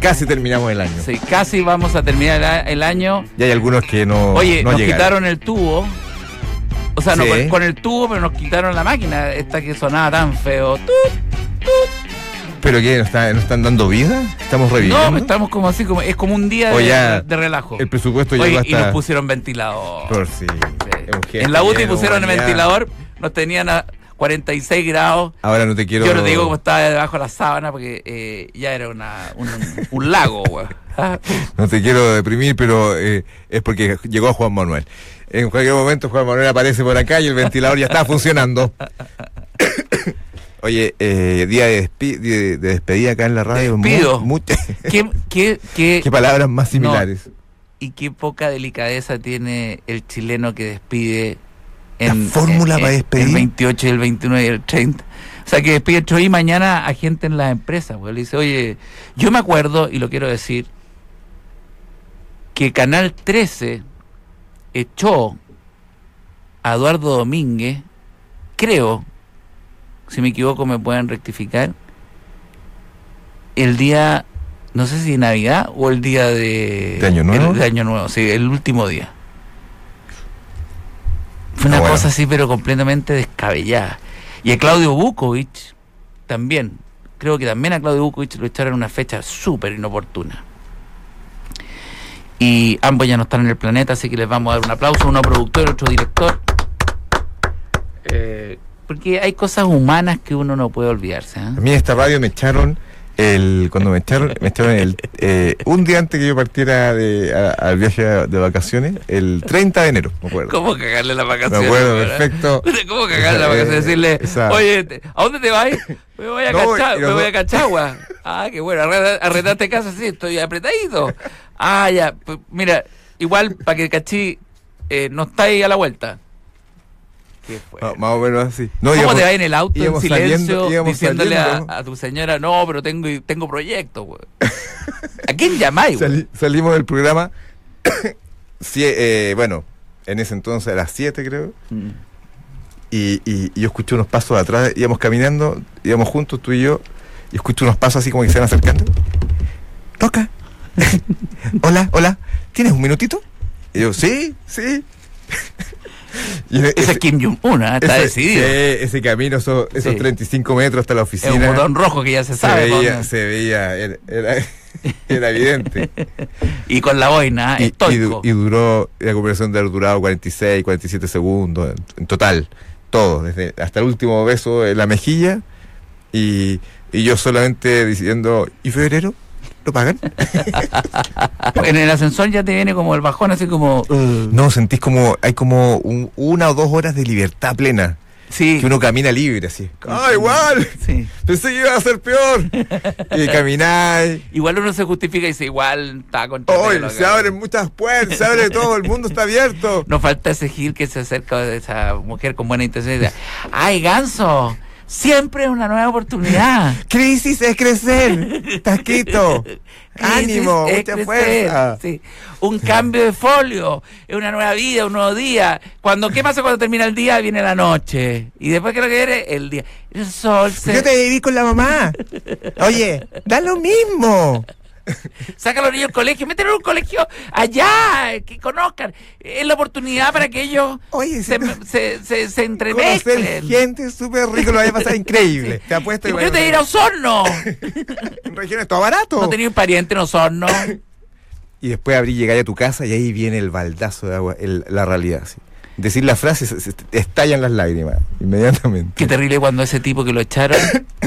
Casi terminamos el año. Sí, casi vamos a terminar el a- el año. Y hay algunos que no. Oye, no nos llegaron. quitaron el tubo. O sea, no, Sí. con, con el tubo, pero nos quitaron la máquina, esta que sonaba tan feo. Tut. ¿Pero qué? ¿No, está- no están dando vida? ¿Estamos reviviendo? No, estamos como así, como es como un día O de, ya, de relajo. El presupuesto Oye, llegó y nos hasta. pusieron ventilador. Por si- Sí. es un gesto En la UTI lleno de pusieron el humanidad. ventilador, nos tenían a 46 grados. Ahora no te quiero. Yo no te digo cómo estaba debajo de la sábana porque eh, ya era una, un, un lago, weón. Ah, No te quiero deprimir, pero eh, es porque llegó Juan Manuel. En cualquier momento Juan Manuel aparece por acá y el ventilador ya está funcionando. Oye, eh, día de, despi- de- de despedida acá en la radio. mu- Despido. mu- ¿Qué, qué, qué- qué palabras más similares. y qué poca delicadeza tiene el chileno que despide La fórmula para despedir. El 28, el 29 y el 30. O sea, que despide hoy y mañana a gente en las empresas. Porque le dice, oye, yo me acuerdo, y lo quiero decir, que Canal 13 echó a Eduardo Domínguez, creo, si me equivoco me pueden rectificar, el día, no sé si de Navidad o el día de... ¿De Año Nuevo? el- de Año Nuevo, sí, el último día. Fue una Ah, bueno. cosa así, pero completamente descabellada. Y a Claudio Bukovic también. Creo que también a Claudio Bukovic lo echaron en una fecha súper inoportuna. Y ambos ya no están en el planeta, así que les vamos a dar un aplauso, uno productor, otro director. Eh, porque hay cosas humanas que uno no puede olvidarse. A ¿eh? mí en esta radio me echaron el cuando me echaron, me echaron el, eh, un día antes que yo partiera de, a- al viaje de vacaciones, el 30 de enero, me acuerdo. ¿Cómo cagarle la vacación? Me acuerdo perfecto. ¿Cómo cagarle la vacación? Eh, Decirle, esa- oye, te- ¿a dónde te vas? Me voy a, No, Cachagua, y me los voy dos- a Cachagua. Ah, qué bueno, arreda- arrendaste casa, sí, estoy apretadito. Ah, ya, pues, mira, igual para que cachí, eh, no estáis a la vuelta. Qué fuerte. Ah, más o menos así. No, ¿Cómo íbamos- te vas en el auto en íbamos silencio saliendo- íbamos diciéndole a- saliendo. a, tu señora, no, pero tengo, tengo proyectos, güey? ¿A quién llamáis, güey? Sali- salimos del programa, sí, eh, bueno, en ese entonces a las 7 creo, Mm. y, y- y yo escuché unos pasos atrás, íbamos caminando, íbamos juntos tú y yo, y escucho unos pasos así como que se van acercando. Toca. hola, hola, ¿tienes un minutito? Y yo, sí, sí. Y ese- Ese es Kim Jong-un, ¿ah? está ese- decidido. sí, ese camino, esos, esos Sí. 35 metros hasta la Es oficina. un botón rojo que ya se se sabe. veía, con- se veía, era, era- era evidente. Y con la boina, Y, y Ah, estoico. du- y duró, la conversación de haber durado 46, 47 segundos, en, en total, todo, desde hasta el último beso en la mejilla, y, y yo solamente diciendo, ¿y febrero? ¿Lo pagan? en el ascensor ya te viene como el bajón, así como. No, sentís como, hay como un- una o dos horas de libertad plena, Sí. que uno camina libre así. ¡Ah, igual! Sí. Pensé que iba a ser peor. Y camináis. Igual uno se justifica y dice, igual está con Hoy se abren muchas puertas, se abre todo, el mundo está abierto. No falta ese Gil que se acerca a esa mujer con buena intención y dice, ¡ay, ganso! Siempre es una nueva oportunidad. Crisis es crecer, taquito. Ánimo, Crisis es mucha crecer, fuerza. sí. Un cambio de folio, es una nueva vida, un nuevo día. Cuando, ¿Qué pasa cuando termina el día? Viene la noche. Y después, ¿qué es lo que viene? El día. El sol se. Yo te viví con la mamá. Oye, da lo mismo. Saca a los niños del colegio, mételo en un colegio allá, eh, que conozcan. Es la oportunidad para que ellos Oye, se, si no- se, se, se conocer entremezclen. gente es súper rico, lo vaya a pasar increíble. Te apuesto ¿Y que por qué bueno, te ir a Osorno? en regiones todo barato. No tenía un pariente en Osorno. Y después abrí, llegáis a tu casa y ahí viene el baldazo de agua, el- la realidad. sí. Decir las frases, se- se- estallan las lágrimas inmediatamente. Qué terrible cuando ese tipo que lo echaron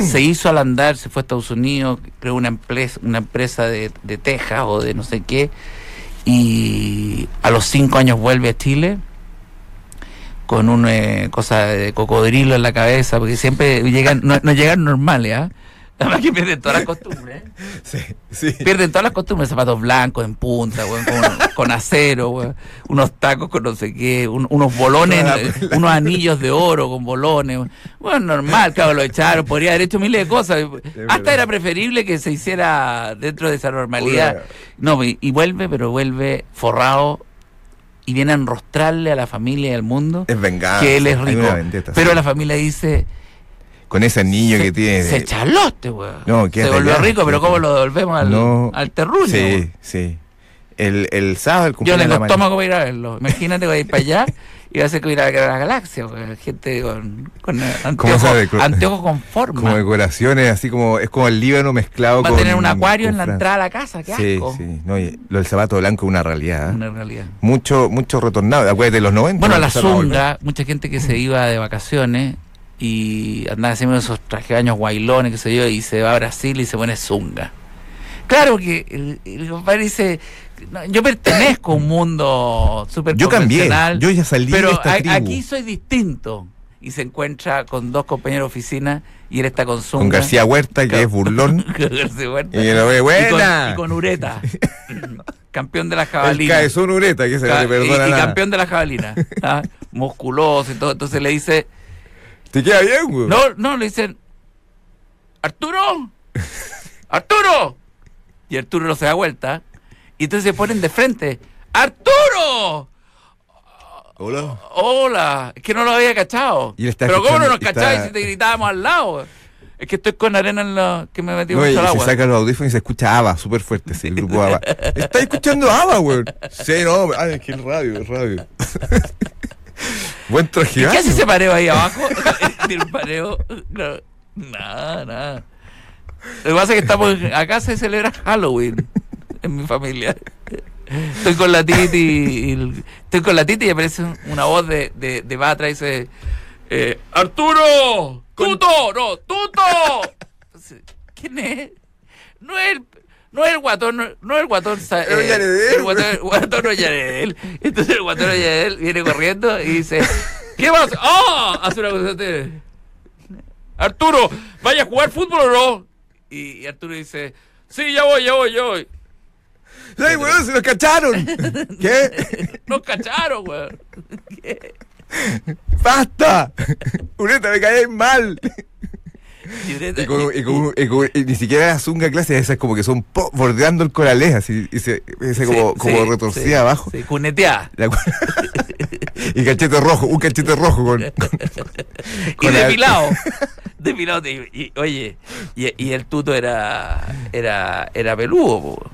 se hizo al andar, se fue a Estados Unidos, creó una empresa, una empresa de, de Texas o de no sé qué, y a los cinco años vuelve a Chile con una eh, cosa de cocodrilo en la cabeza, porque siempre llegan, no, no llegan normales, ¿ah? Además que pierden todas las costumbres. ¿eh? Sí, sí. Pierden todas las costumbres, zapatos blancos en punta, weón, con, con acero, weón, unos tacos con no sé qué, un- unos bolones, Toda la- eh, unos anillos de oro con bolones. weón. Bueno, normal, cabrón, lo echaron, podría haber hecho miles de cosas. Hasta verdad. era preferible que se hiciera dentro de esa normalidad. No, y, y vuelve, pero vuelve forrado y viene a enrostrarle a la familia y al mundo Es venganza. que él es hay rico. una vendetta, Pero sí. la familia dice, con ese niño se, que tiene. Se chalote, weón. No, se quédate volvió acá. rico, pero ¿cómo lo devolvemos al, No. al terruño? Sí, weón? sí. El, el sábado, el Yo cumpleaños tengo de la Mari. estómago para ir a verlo. Imagínate, voy a ir para allá y va a ser que voy a ir a la galaxia, weón. Gente con, con eh, ¿Cómo anteojos sabe? anteojos con forma. Como decoraciones, así como. Es como el Líbano mezclado Va con. a tener un acuario con en la Francia. entrada a la casa, qué Sí, asco. sí. No, y lo del zapato blanco es una realidad. ¿eh? Una realidad. Mucho, mucho retornado. Acuérdate de los 90. Bueno, la empezaron a Mm. volver. zunga, mucha gente que se iba de vacaciones y andaba haciendo esos trajebaños guailones, qué sé yo, y se va a Brasil y se pone zunga. Claro que el, el compadre dice, "No, yo pertenezco a un mundo súper Yo cambié. Yo ya salí pero de esta a- tribu. aquí soy distinto. Y se encuentra con dos compañeros de oficina y él está con zunga. Con García Huerta, que es burlón. con García Huerta. y lo ve Y con, buena. y con Ureta, campeón de la el jabalina. cabezón ureta, que se no Ca- le y, perdona y nada. campeón de la jabalina. ¿ah? Musculoso y todo. Entonces le dice. ¿Te queda bien, güey? No, no, le dicen. ¡Arturo! ¡Arturo! Y Arturo no se da vuelta. Y entonces se ponen de frente. ¡Arturo! Hola. ¡Hola! Es que no lo había cachado. Y él está Pero ¿cómo no nos escuchando- cacháis está- si te gritábamos al lado? Es que estoy con arena en la. que me metí No, y mucho al se agua. saca los audífonos y se escucha ABBA súper fuerte, sí, el grupo ABBA. ¿Está escuchando ABBA, güey? Sí, no, ah, es que el radio, el radio. Buen ¿Y traje. ¿eh? qué hace ese pareo ahí abajo? Tiene un pareo. No, nada, nada. Lo que pasa es que estamos. Acá se celebra Halloween en mi familia. Estoy con la Titi. y el- estoy con la Titi y aparece un- una voz de, de, de Batra y dice: eh, ¡Arturo! ¡Tuto! ¡No! ¡Tuto! Entonces, ¿Quién es? No es el. No es el guatón, no, no es el guatón. sa- eh, Es Ollanedel, el guatón, el guatón Ollanedel. Entonces el guatón Ollanedel viene corriendo y dice: ¿Qué pasa? ¡Ah! Hace una cosa de- Arturo, ¿vaya a jugar fútbol o no? Y, y Arturo dice: Sí, ya voy, ya voy, ya voy. ¡Ay, güey, se lo cacharon! ¿Qué? Nos cacharon, weón. ¿Qué? ¡Basta! Ureta, me caes mal. Y Ureta- Y con- y con- y con- y ni siquiera la zunga clase, esas como que son po- bordeando el coraleja, así, y se, ese como, Sí, como sí, retorcida sí, abajo. Sí, cuneteada. La cu- y cachete rojo, un cachete rojo con, con- Y con la- depilado. depilado. te digo. Y, oye, y, y el tuto era, era, era peludo, po.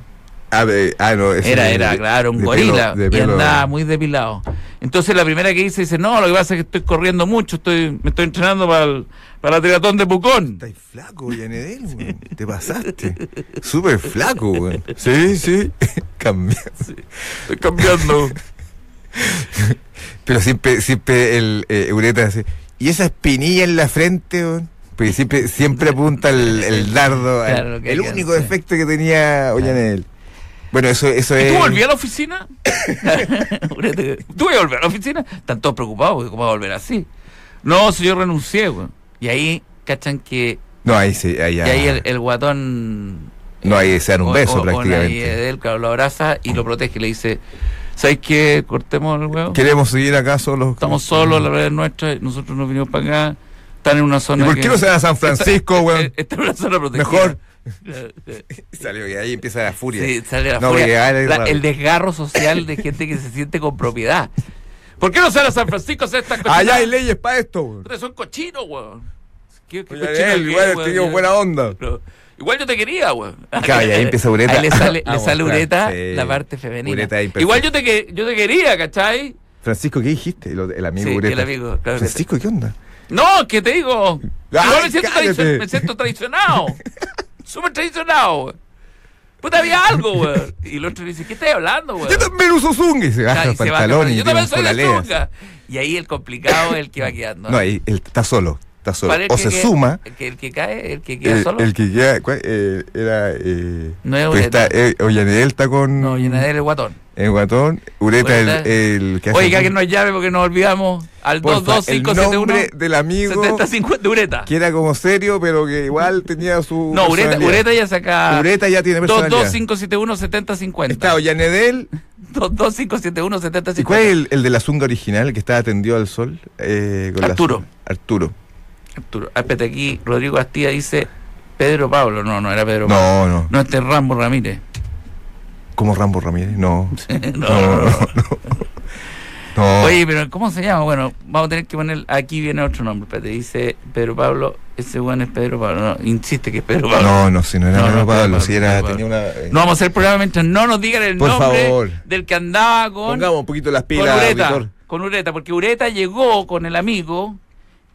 Ah, be- ah, no, ese Era, de- era, de- claro, un de gorila. pelo- de pelo- y andaba muy depilado. Entonces la primera que hice dice, no, lo que pasa es que estoy corriendo mucho, estoy, me estoy entrenando para el, para el triatlón de Pucón. Estás flaco, Yanedel, weón. Te pasaste. Súper flaco, weón. Sí, sí. Cambió. Estoy cambiando. Pero siempre, siempre el eh, Ureta hace. ¿Y esa espinilla en la frente, weón? Porque siempre, siempre apunta el, el dardo. al- Claro, lo que el quieran, único sí. defecto que tenía Ollanedel. Bueno, eso, eso ¿Y es. tú volvías a la oficina? ¿Tú voy a volver a la oficina? Están todos preocupados, porque ¿cómo va a volver así? No, si yo renuncié, güey. Y ahí, cachan que. No, ahí sí, ahí, Y ya- ahí el, el guatón. No, ahí se dan un o- beso o- o nadie prácticamente. de él, claro, lo abraza y lo protege. Le dice: ¿Sabes qué? Cortemos el huevo. ¿Queremos seguir acá solos? Estamos solos, la verdad es nuestra. Nosotros nos vinimos para acá. Están en una ¿Y zona. por qué que- no se va a San Francisco, weón? Está en una zona protegida. Mejor. Claro, claro. Salió y ahí empieza la furia. Sí, sale la No, furia. porque ahora es La- raro. el desgarro social de gente que se siente con propiedad. ¿Por qué no sale a San Francisco a hacer estas cosas? Allá hay leyes para esto, weón. Son cochinos, weón. ¿Qué- qué Oye, cochino Ariel, que es, igual teníamos weón? buena onda. Pero igual yo te quería, weón. Ah, Claro, y ahí empieza Ureta Ahí le sale, a le sale mostrar, Ureta sí. la parte femenina. Ureta ahí, igual yo te, que- yo te quería, ¿cachai? Francisco, ¿qué dijiste? El, el amigo Sí, Ureta. el amigo, claro, Francisco, ¿qué onda? No, que te digo. Ay, yo me siento, cállate. traicio- me siento traicionado. Súper traicionado, weón. Puta, había algo, weón. Y el otro le dice, ¿qué estás hablando, weón? Yo también uso zunga y se baja Claro, los y se baja. pantalones. y Yo tiene también un soy de polaleas. zunga. Y ahí el complicado es el que va quedando. No, ahí él está solo. Está solo. Para el O que se queda- suma. El que, el que cae, el que queda El, solo. el que queda. ¿cuál? Eh, era. Eh, No es pues Ureta. está, eh, Ollanedel está con. No, Llenadel el guatón. El guatón. Ureta, Ureta. el, el que hace. Oye, que alguien nos llame porque nos olvidamos. Al Porfa, el 22571 nombre del amigo 7050 Ureta. que era como serio, pero que igual tenía su. No, Ureta, personalidad. Ureta ya saca. Ureta ya tiene personalidad. 22571 Está 7050. Ollanedel. 22571 ¿Y cuál es 7050. el, el de la zunga original que estaba tendido al sol? Eh, con la Arturo. zunga? Arturo. Arturo, ah, espérate aquí, Rodrigo Astilla dice Pedro Pablo. No, no era Pedro Pablo. No, no. No, este es Rambo Ramírez. ¿Como Rambo Ramírez? No. no, no, no. no. No. Oye, pero ¿cómo se llama? Bueno, vamos a tener que poner. Aquí viene otro nombre. Te dice Pedro Pablo. Ese weón es Pedro Pablo. No, insiste que es Pedro Pablo. No, no, si no era No, no, Pedro Pedro Pablo, Pablo, si era, Pedro tenía una... eh, No vamos a hacer programa mientras no nos digan el Por nombre favor. del que andaba con, Pongamos un poquito las con pilas, Ureta. auditor. Con Ureta, porque Ureta llegó con el amigo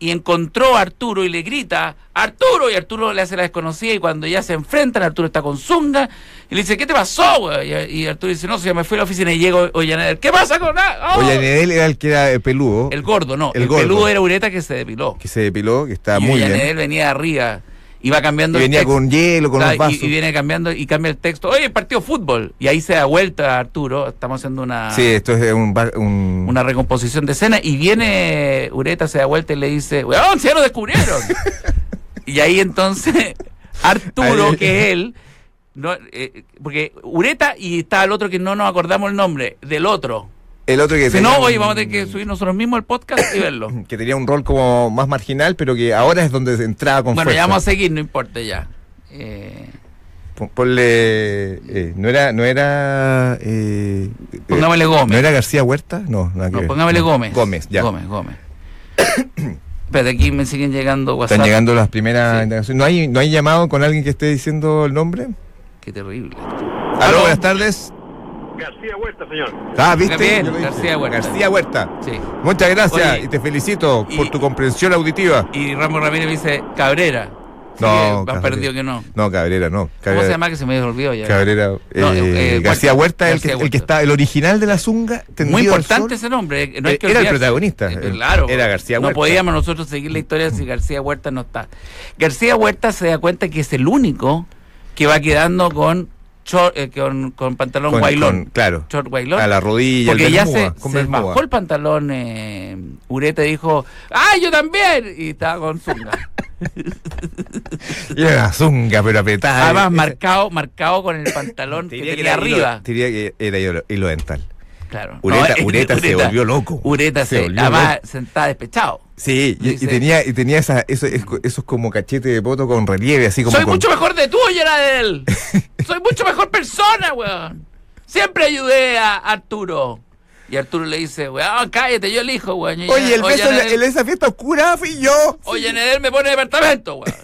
y encontró a Arturo y le grita, Arturo, y Arturo le hace la desconocida y cuando ya se enfrentan, Arturo está con Zunga y le dice, ¿qué te pasó? güey?" Y, y Arturo dice, no, si ya me fui a la oficina y llego Ollaneder, ¿qué pasa con... ah, oh?" Oye, Anel era el que era eh, peludo, El gordo, no. El El, gordo. peludo era Ureta que se depiló. que se depiló, que estaba y muy Ollaneder bien. venía arriba. Iba Y cambiando el venía texto. con hielo, con Está, unos y- vasos. Y, viene cambiando y cambia el texto. Oye, partido de fútbol. Y ahí se da vuelta Arturo. Estamos haciendo una, Sí, esto es un... va- un- una recomposición de escena. Y viene Ureta, se da vuelta y le dice: ¡Weón, se lo descubrieron! y ahí entonces Arturo, Ahí- que es él. No, eh, porque Ureta y está el otro que no nos acordamos el nombre, del otro. El otro que Si no, tenía oye, un- vamos a tener que subir nosotros mismos el podcast y verlo. Que tenía un rol como más marginal, pero que ahora es donde se entraba con bueno, fuerza. ya vamos a seguir, no importa ya. Eh, Pon- Ponle... eh, no era... No era eh, eh, pongámosle ¿No Gómez. era García Huerta? No, nada que No, ver. pongámosle No. Gómez. Gómez, ya. Gómez, Gómez. Espérate, aquí me siguen llegando WhatsApp. Están llegando las primeras Sí. indagaciones. ¿No hay, ¿No hay llamado con alguien que esté diciendo el nombre? Qué terrible. Aló, Aló. buenas tardes. García Huerta, señor. Ah, ¿viste? Gabriel, Yo lo dije. García Huerta. García Huerta. Sí. Muchas gracias Oye, y te felicito y- por tu comprensión auditiva. Y Ramos Ramírez me dice Cabrera. Sí, No, más Cabrera. perdido que no. No, Cabrera, no. ¿Cómo Cabrera, se llama que se me olvidó ya? Cabrera, No, eh, eh, García Huerta, Huerta. el, que, García el que Huerta. está, el original de la zunga, tendido Muy al importante sol. ese nombre. eh, no hay que Era el olvidarse. protagonista, Eh, el- claro. era García Huerta. No podíamos nosotros seguir la historia si García Huerta no está. García Huerta se da cuenta que es el único que va quedando con, chor- eh, con, con pantalón Con- guailón. con- claro, short guailón. a la rodilla, Porque el ya Bermuda, se, con se Bermuda. bajó el pantalón eh, Ureta y dijo, ¡ah, yo también! Y estaba con zunga. Y Era una zunga, pero apretada. Además, Ese- marcado, marcado con el pantalón Ah, que diría tenía era hilo- arriba. te diría que era hilo, hilo dental. Claro. Ureta, No, Ureta se volvió loco. Ureta se, volvió además, loco. se está despechado. Sí, y, y Dice- tenía, y tenía esa, eso- esos, como cachetes de poto con relieve, así como Soy con- mucho mejor de tú, Gerardel. Soy mucho mejor persona, weón. Siempre ayudé a Arturo. Y Arturo le dice, weón, cállate, yo elijo, weón. Y Oye, el Oye, beso en, la- Gerardel- en esa fiesta oscura fui yo. Oye, Nenel me pone departamento, weón.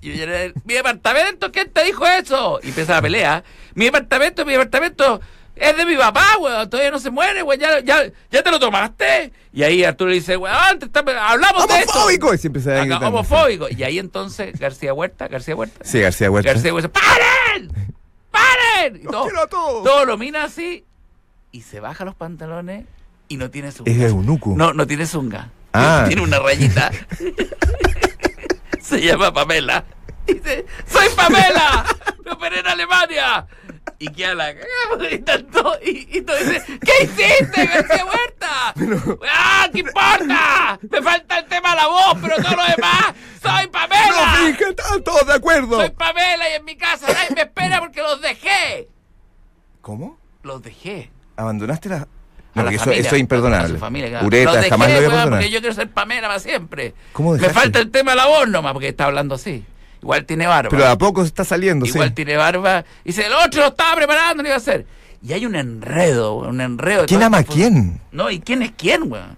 Y yo, Nenel, mi departamento, ¿quién te dijo eso? Y empieza la pelea. Mi departamento, mi departamento es de mi papá, weón. Todavía no se muere, weón. Ya, ya, ya te lo tomaste. Y ahí Arturo le dice, weón, te está- hablamos de esto. ¡Homofóbico! Y se empezaba a Acá, gritar. homofóbico. Y ahí entonces García Huerta, García Huerta. Sí, García Huerta. García Huerta, ¡paren! ¡Paren! Y Los todo, quiero a todos. todo lo mina así y se baja los pantalones y no tiene zunga. Es eunuco. No, no tiene zunga. Ah. Tiene una rayita. se llama Pamela. Dice, ¡soy Pamela! ¡Me operé en Alemania! Y queda la cagada, y tanto, y, y todo dice, ¿qué hiciste, García Huerta? ¡Ah, qué importa! Me falta el tema de la voz, pero todo lo demás, ¡soy Pamela! ¡No, fíjate, están todos de acuerdo! Soy Pamela y en mi casa nadie me espera porque los dejé. ¿Cómo? Los dejé. ¿Abandonaste la.? A No, la que eso, familia, eso es a imperdonable. su familia, claro. Ureta, los dejé, jamás lo voy a weón, perdonar. porque yo quiero ser Pamela para siempre. ¿Cómo me dejaste? falta el tema de la voz nomás, porque está hablando así. Igual tiene barba. Pero a poco se está saliendo, Igual sí. tiene barba. Y dice, el otro lo estaba preparando, no iba a hacer. Y hay un enredo, weón, un enredo. de ¿Quién todo ama a esto. quién? No, ¿y quién es quién, weón?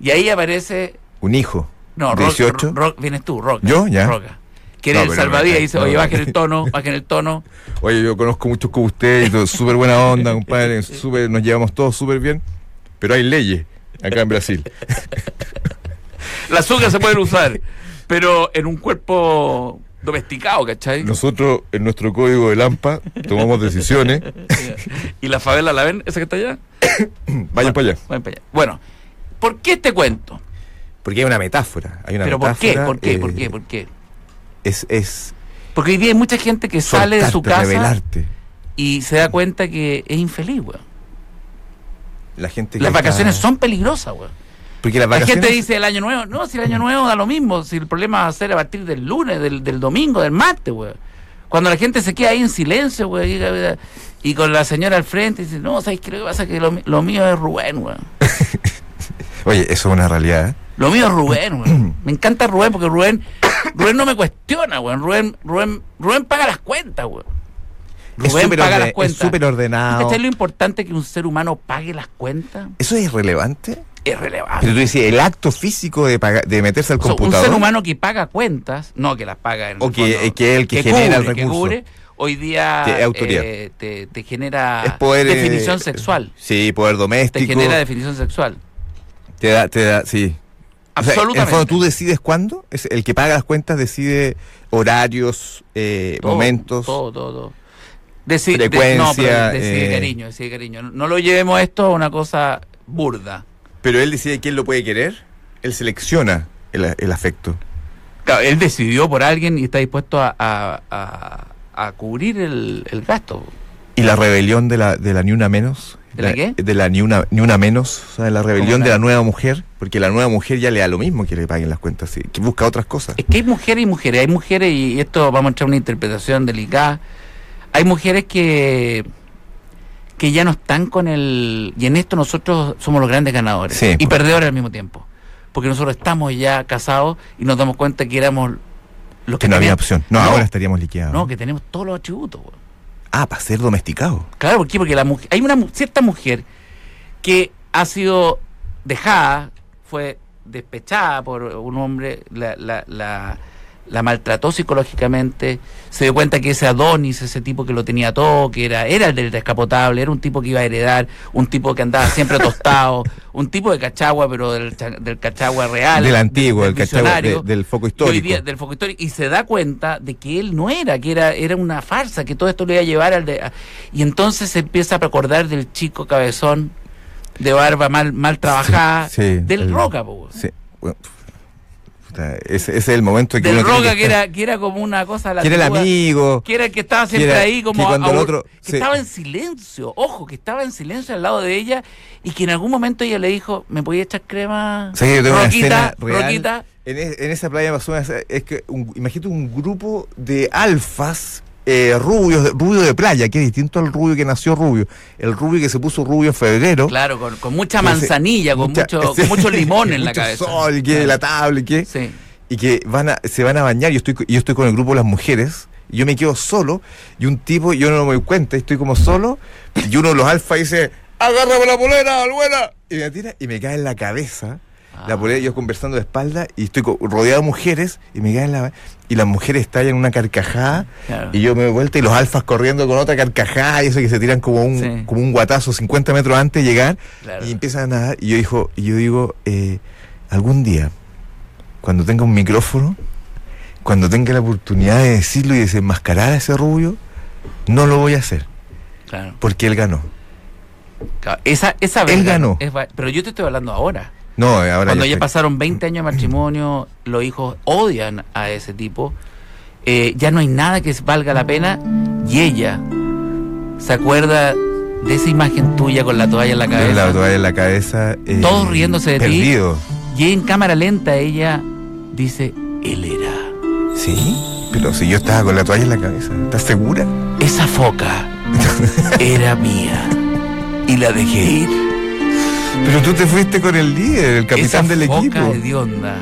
Y ahí aparece Un hijo. No, Ro- 18. Ro- Ro- vienes tú, Roca. ¿Yo? Ya. Roca. Que eres No, el pero no, salvavidas y dice, no, oye, no. bajen el tono, bajen el tono. Oye, yo conozco muchos como usted, y todo, súper buena onda, compadre, súper- nos llevamos todos súper bien, pero hay leyes acá en Brasil. Las azúcar se pueden usar, pero en un cuerpo domesticado, ¿cachai? Nosotros, en nuestro código de Lampa, tomamos decisiones. Y la favela, ¿la ven? ¿Esa que está allá? Vayan para allá. Vayan para allá. Bueno, ¿por qué este cuento? Porque hay una metáfora. Hay una ¿Pero por qué? metáfora, ¿Por qué? eh, ¿Por qué? ¿Por qué? Es, es Porque hoy día hay mucha gente que sale de su soltarte, casa revelarte. y se da cuenta que es infeliz, weón. La gente que Las está- vacaciones son peligrosas, weón. Porque las La vacaciones... gente dice el año nuevo. No, si el año nuevo da lo mismo. Si el problema va a ser a partir del lunes, del, del domingo, del martes, güey. Cuando la gente se queda ahí en silencio, güey. y- Y con la señora al frente dice, no, ¿sabes qué? Lo que pasa es que lo, mi- lo mío es Rubén, güey. Oye, eso es una realidad. ¿eh? Lo mío es Rubén, güey. Me encanta Rubén porque Rubén, Rubén no me cuestiona, güey. Rubén, Rubén, Rubén paga las cuentas, güey. Es Rubén súper paga orde- las cuentas. Es súper ordenado. ¿Cachai lo importante que un ser humano pague las cuentas? ¿Eso es irrelevante? Es relevante. Pero tú dices, el acto físico de, paga- de meterse al O sea, un computador. ser humano que paga cuentas, no que las paga en O el que- fondo, que es el que genera el que recurso. cubre, hoy día Que es autoría. eh, te, te genera Es poder, eh, definición sexual. Sí, poder Te doméstico. genera definición sexual. Te da, te da, sí. O sea, en el Absolutamente. fondo tú decides cuándo, es el que paga las cuentas decide horarios, eh, Todo, momentos. Todo, todo. todo. Decir, de- Frecuencia, no, pero decir eh, cariño, decir cariño. No lo llevemos esto a una cosa burda. Pero él decide quién lo puede querer, él selecciona el, el afecto. Claro, él decidió por alguien y está dispuesto a, a- a- a cubrir el, el gasto. Y la rebelión de la, de la ni una menos. ¿De la qué? De la ni una, ni una menos, o sea, la rebelión la- de la nueva mujer, porque la nueva mujer ya le da lo mismo que le paguen las cuentas, sí, que busca otras cosas. Es que hay mujeres y mujeres, hay mujeres, y esto vamos a entrar a una interpretación delicada, hay mujeres que que ya no están con el... Y en esto nosotros somos los grandes ganadores Sí, y pues. perdedores al mismo tiempo. Porque nosotros estamos ya casados y nos damos cuenta que éramos los que, Que no había teníamos- opción. No, No. ahora estaríamos liquidados. No, que tenemos todos los atributos. weón. Ah, para ser domesticado. Claro, ¿por qué? Porque la mujer, hay una mu- cierta mujer que ha sido dejada, fue despechada por un hombre, la, la- la- la maltrató psicológicamente, se dio cuenta que ese Adonis, ese tipo que lo tenía todo, que era, era el del descapotable, era un tipo que iba a heredar, un tipo que andaba siempre tostado, un tipo de cachagua, pero del, cha- del cachagua real. del antiguo, Ah, del el cachorro, visionario. de- del Y foco hoy histórico. día del foco histórico y se da cuenta de que él no era, que era, era una farsa, que todo esto lo iba a llevar al de, a- y entonces se empieza a recordar del chico cabezón de barba mal mal trabajada Sí, del el- Roca, po, Sí, bueno, pf, puta, ese, ese es el momento en que del uno tiene Roca que era que era como una cosa que era el antigua, amigo. que era el que estaba siempre que era- ahí como que cuando el ahor- otro- que sí. estaba en silencio, ojo, que estaba en silencio al lado de ella y que en algún momento ella le dijo, "¿Me podía echar crema?" O sea, que yo tengo una Roquita, escena real. Roquita. En, es- en esa playa pasó una- es que un- imagínate un grupo de alfas eh, rubios, de- rubio de playa, que es distinto al rubio que nació rubio. El rubio que se puso rubio en febrero. Claro, con, con mucha Entonces, manzanilla, con, mucha- mucho, sí, con mucho limón en la mucho cabeza. sol, que Claro. la y que. Sí. y que van a, se van a bañar. Yo estoy, co- yo estoy con el grupo de las mujeres. y Yo me quedo solo y un tipo, yo no me doy cuenta, estoy como solo. Y uno de los alfa dice: Agárrame la polera, buena. Y me tira y me cae en la cabeza. La Ah. polera, yo conversando de espalda y estoy co- rodeado de mujeres y me cae en la. Y las mujeres estallan una carcajada Claro. y yo me doy vuelta y los alfas corriendo con otra carcajada y eso que se tiran como un, Sí. como un guatazo 50 metros antes de llegar. Claro. Y empiezan a nadar. Y yo, dijo, y yo digo, eh, algún día, cuando tenga un micrófono, cuando tenga la oportunidad de decirlo y desenmascarar a ese rubio, no lo voy a hacer, Claro. porque él ganó. Claro. Esa, esa Él verdad ganó. es va- pero yo te estoy hablando ahora. No, eh, ahora Cuando yo ya estoy- pasaron 20 años de matrimonio, los hijos odian a ese tipo. eh, ya no hay nada que valga la pena. Y ella se acuerda de esa imagen tuya con la toalla en la tengo cabeza. la toalla en la cabeza. eh, Todos riéndose de ti. perdido. Y en cámara lenta ella dice, él era. Sí, pero si yo estaba con la toalla en la cabeza, ¿estás segura? Esa foca era mía. Y la dejé ir. Pero tú te fuiste con el líder, el capitán Esa del equipo. foca hedionda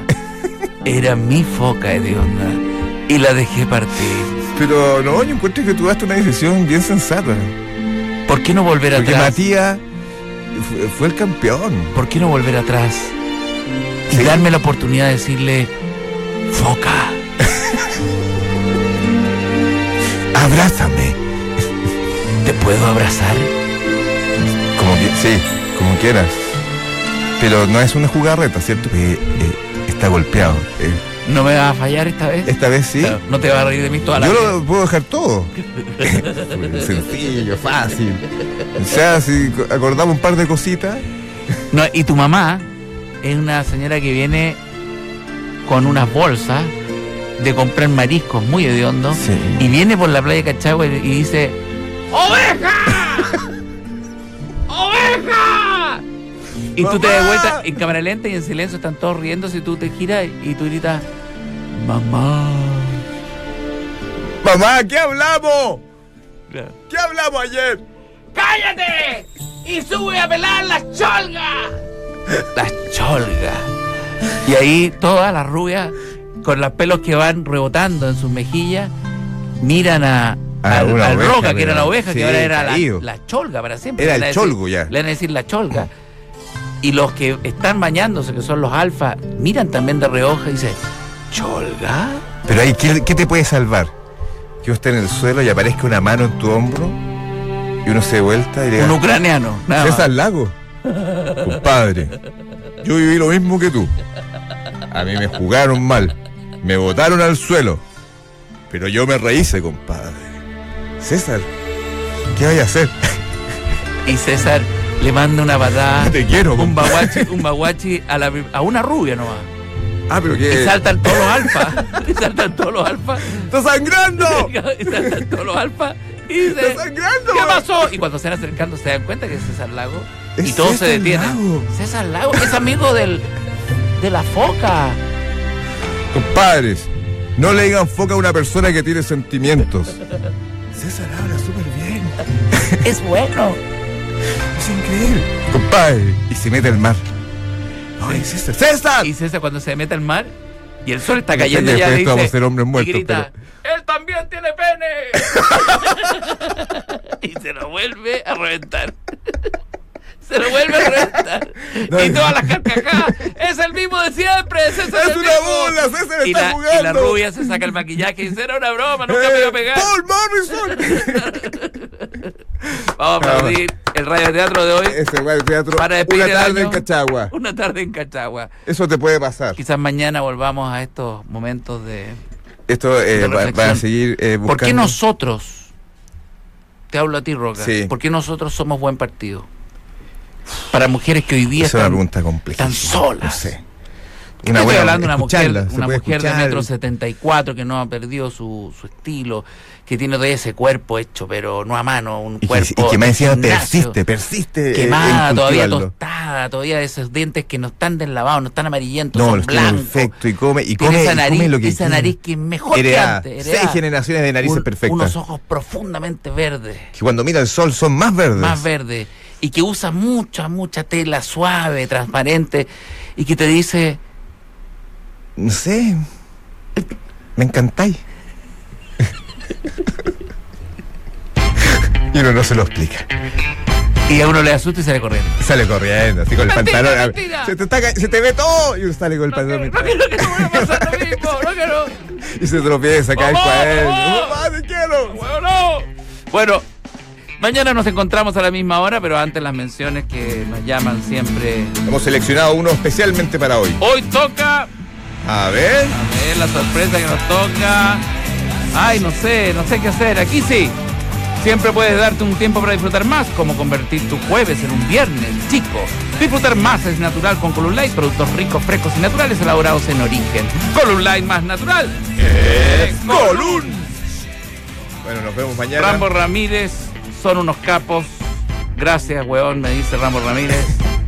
era mi foca hedionda y la dejé partir. Pero no, yo encuentro que tú daste una decisión bien sensata. ¿Por qué no volver Porque atrás? Matías fue- fue el campeón. ¿Por qué no volver atrás? Y Sí. darme la oportunidad de decirle, foca, Abrázame. ¿te puedo abrazar? Como que, sí, como quieras. Pero no es una jugarreta, ¿cierto? Eh, eh, está golpeado. Eh, ¿No me vas a fallar esta vez? esta vez sí. Claro, No te vas a reír de mí toda la Yo vida. lo puedo dejar todo. Eh, Sencillo, fácil. O sea, si co- acordamos un par de cositas. No, y tu mamá es una señora que viene con unas bolsas de comprar mariscos muy hediondos Sí. y viene por la playa de Cachagua y, y dice ¡Oveja! ¡Oveja! Y tú te ¡Mamá! das vuelta en cámara lenta y en silencio están todos riéndose y tú te giras y tú gritas ¡Mamá! Mamá, ¿qué hablamos? ¿Qué hablamos ayer? ¡Cállate! ¡Y sube a pelar las cholgas! Las cholgas. Y ahí todas las rubias, con los pelos que van rebotando en sus mejillas, miran a Ah, al, una al oveja, Roca, que pero- era la oveja, sí, que ahora era la, caído. la cholga para siempre. Era Le el van a decir- cholgo ya. Le van a decir la cholga. Y los que están bañándose, que son los alfa, miran también de reojo y dicen, ¿cholga? Pero ahí, ¿qué, qué te puede salvar? Que uno esté en el suelo y aparezca una mano en tu hombro y uno se dé vuelta y le Un diga, ucraniano. nada más. César Lago, compadre, yo viví lo mismo que tú. A mí me jugaron mal, me botaron al suelo, pero yo me rehice, compadre. César, ¿qué voy a hacer? Y César le manda una patada, Te quiero, un compadre. baguachi, un baguachi a, la, a una rubia nomás. Ah, pero Y que... saltan todos los alfa. Y saltan todos los alfa. ¡Está sangrando! Y saltan todos los alfa. Y dice, ¡Está sangrando! ¿qué pasó? Y cuando se van acercando se dan cuenta que es César Lago. Y Es todos César se detienen. Lago. César Lago es amigo del, de la foca. Compadres, no le digan foca a una persona que tiene sentimientos. César habla súper bien. Es bueno. Es increíble. Compadre, y se mete al mar. Ay, César. ¡César! Y César cuando se mete al mar y el sol está cayendo ya Después le esto vamos a dice, ser hombres muertos, y grita, ¡Él también tiene pene! y se lo vuelve a reventar. Se lo vuelve a reventar. No, y no. todas las carcajadas. Es el mismo de siempre. César ¡Es el una mismo". bola! ¡César Y está la, jugando! Eh, y la rubia se saca el maquillaje y dice, era una broma, nunca me iba a pegar. ¡Paul Morrison! Vamos a aplaudir el radioteatro de hoy. Ese va al teatro. Para despedir Ah. una el tarde año. en Cachagua. Una tarde en Cachagua. Eso te puede pasar. Quizás mañana volvamos a estos momentos de... Esto eh, De va, reflexión. va a seguir eh, buscando. ¿Por qué nosotros? Te hablo a ti, Roca. Sí. ¿Por qué nosotros somos buen partido? Para mujeres que hoy día Esa es una están, pregunta compleja. están solas. No sé. Yo estoy hablando de una mujer, escucharla, se una puede mujer de escuchar. metro 74 que no ha perdido su, su estilo, que tiene todavía ese cuerpo hecho, pero no a mano, un Y que, cuerpo. y que más de encima gimnasio, persiste, persiste. eh, Quemada, en todavía cultivarlo. tostada, todavía esos dientes que no están deslavados, no están amarillentos, No, son los tiene blancos. perfecto y come, y Tiene come, esa y nariz, come lo que esa quiere. nariz que es mejor Heredada. que antes. Seis heredada. generaciones de narices Un- perfectas. Unos ojos profundamente verdes, Que cuando mira el sol son más verdes. más verdes, y que usa mucha, mucha tela suave, transparente, y que te dice, No sé. Me encantáis. y uno no se lo explica. y a uno le asusta y sale corriendo. Sale corriendo, así con el Mentira, pantalón. mentira. Se te, está ca- se te ve todo. Y uno sale con el No pantalón. quiero, no quiero que te vuelva a pasar lo mismo, no quiero, Y se tropieza, cae el Mamá, cuaderno. mamá. Mamá, te quiero! huevo, no. Bueno, mañana nos encontramos a la misma hora, pero antes las menciones que nos llaman siempre. Hemos seleccionado uno especialmente para hoy. Hoy toca, A ver. a ver la sorpresa que nos toca. Ay, no sé, no sé qué hacer, aquí sí. Siempre puedes darte un tiempo para disfrutar más, como convertir tu jueves en un viernes, chico. Disfrutar más es natural con Column Light, productos ricos, frescos y naturales elaborados en origen. Column Light más natural. Es Colun. Bueno, nos vemos mañana. Rambo Ramírez son unos capos. Gracias, weón, me dice Rambo Ramírez.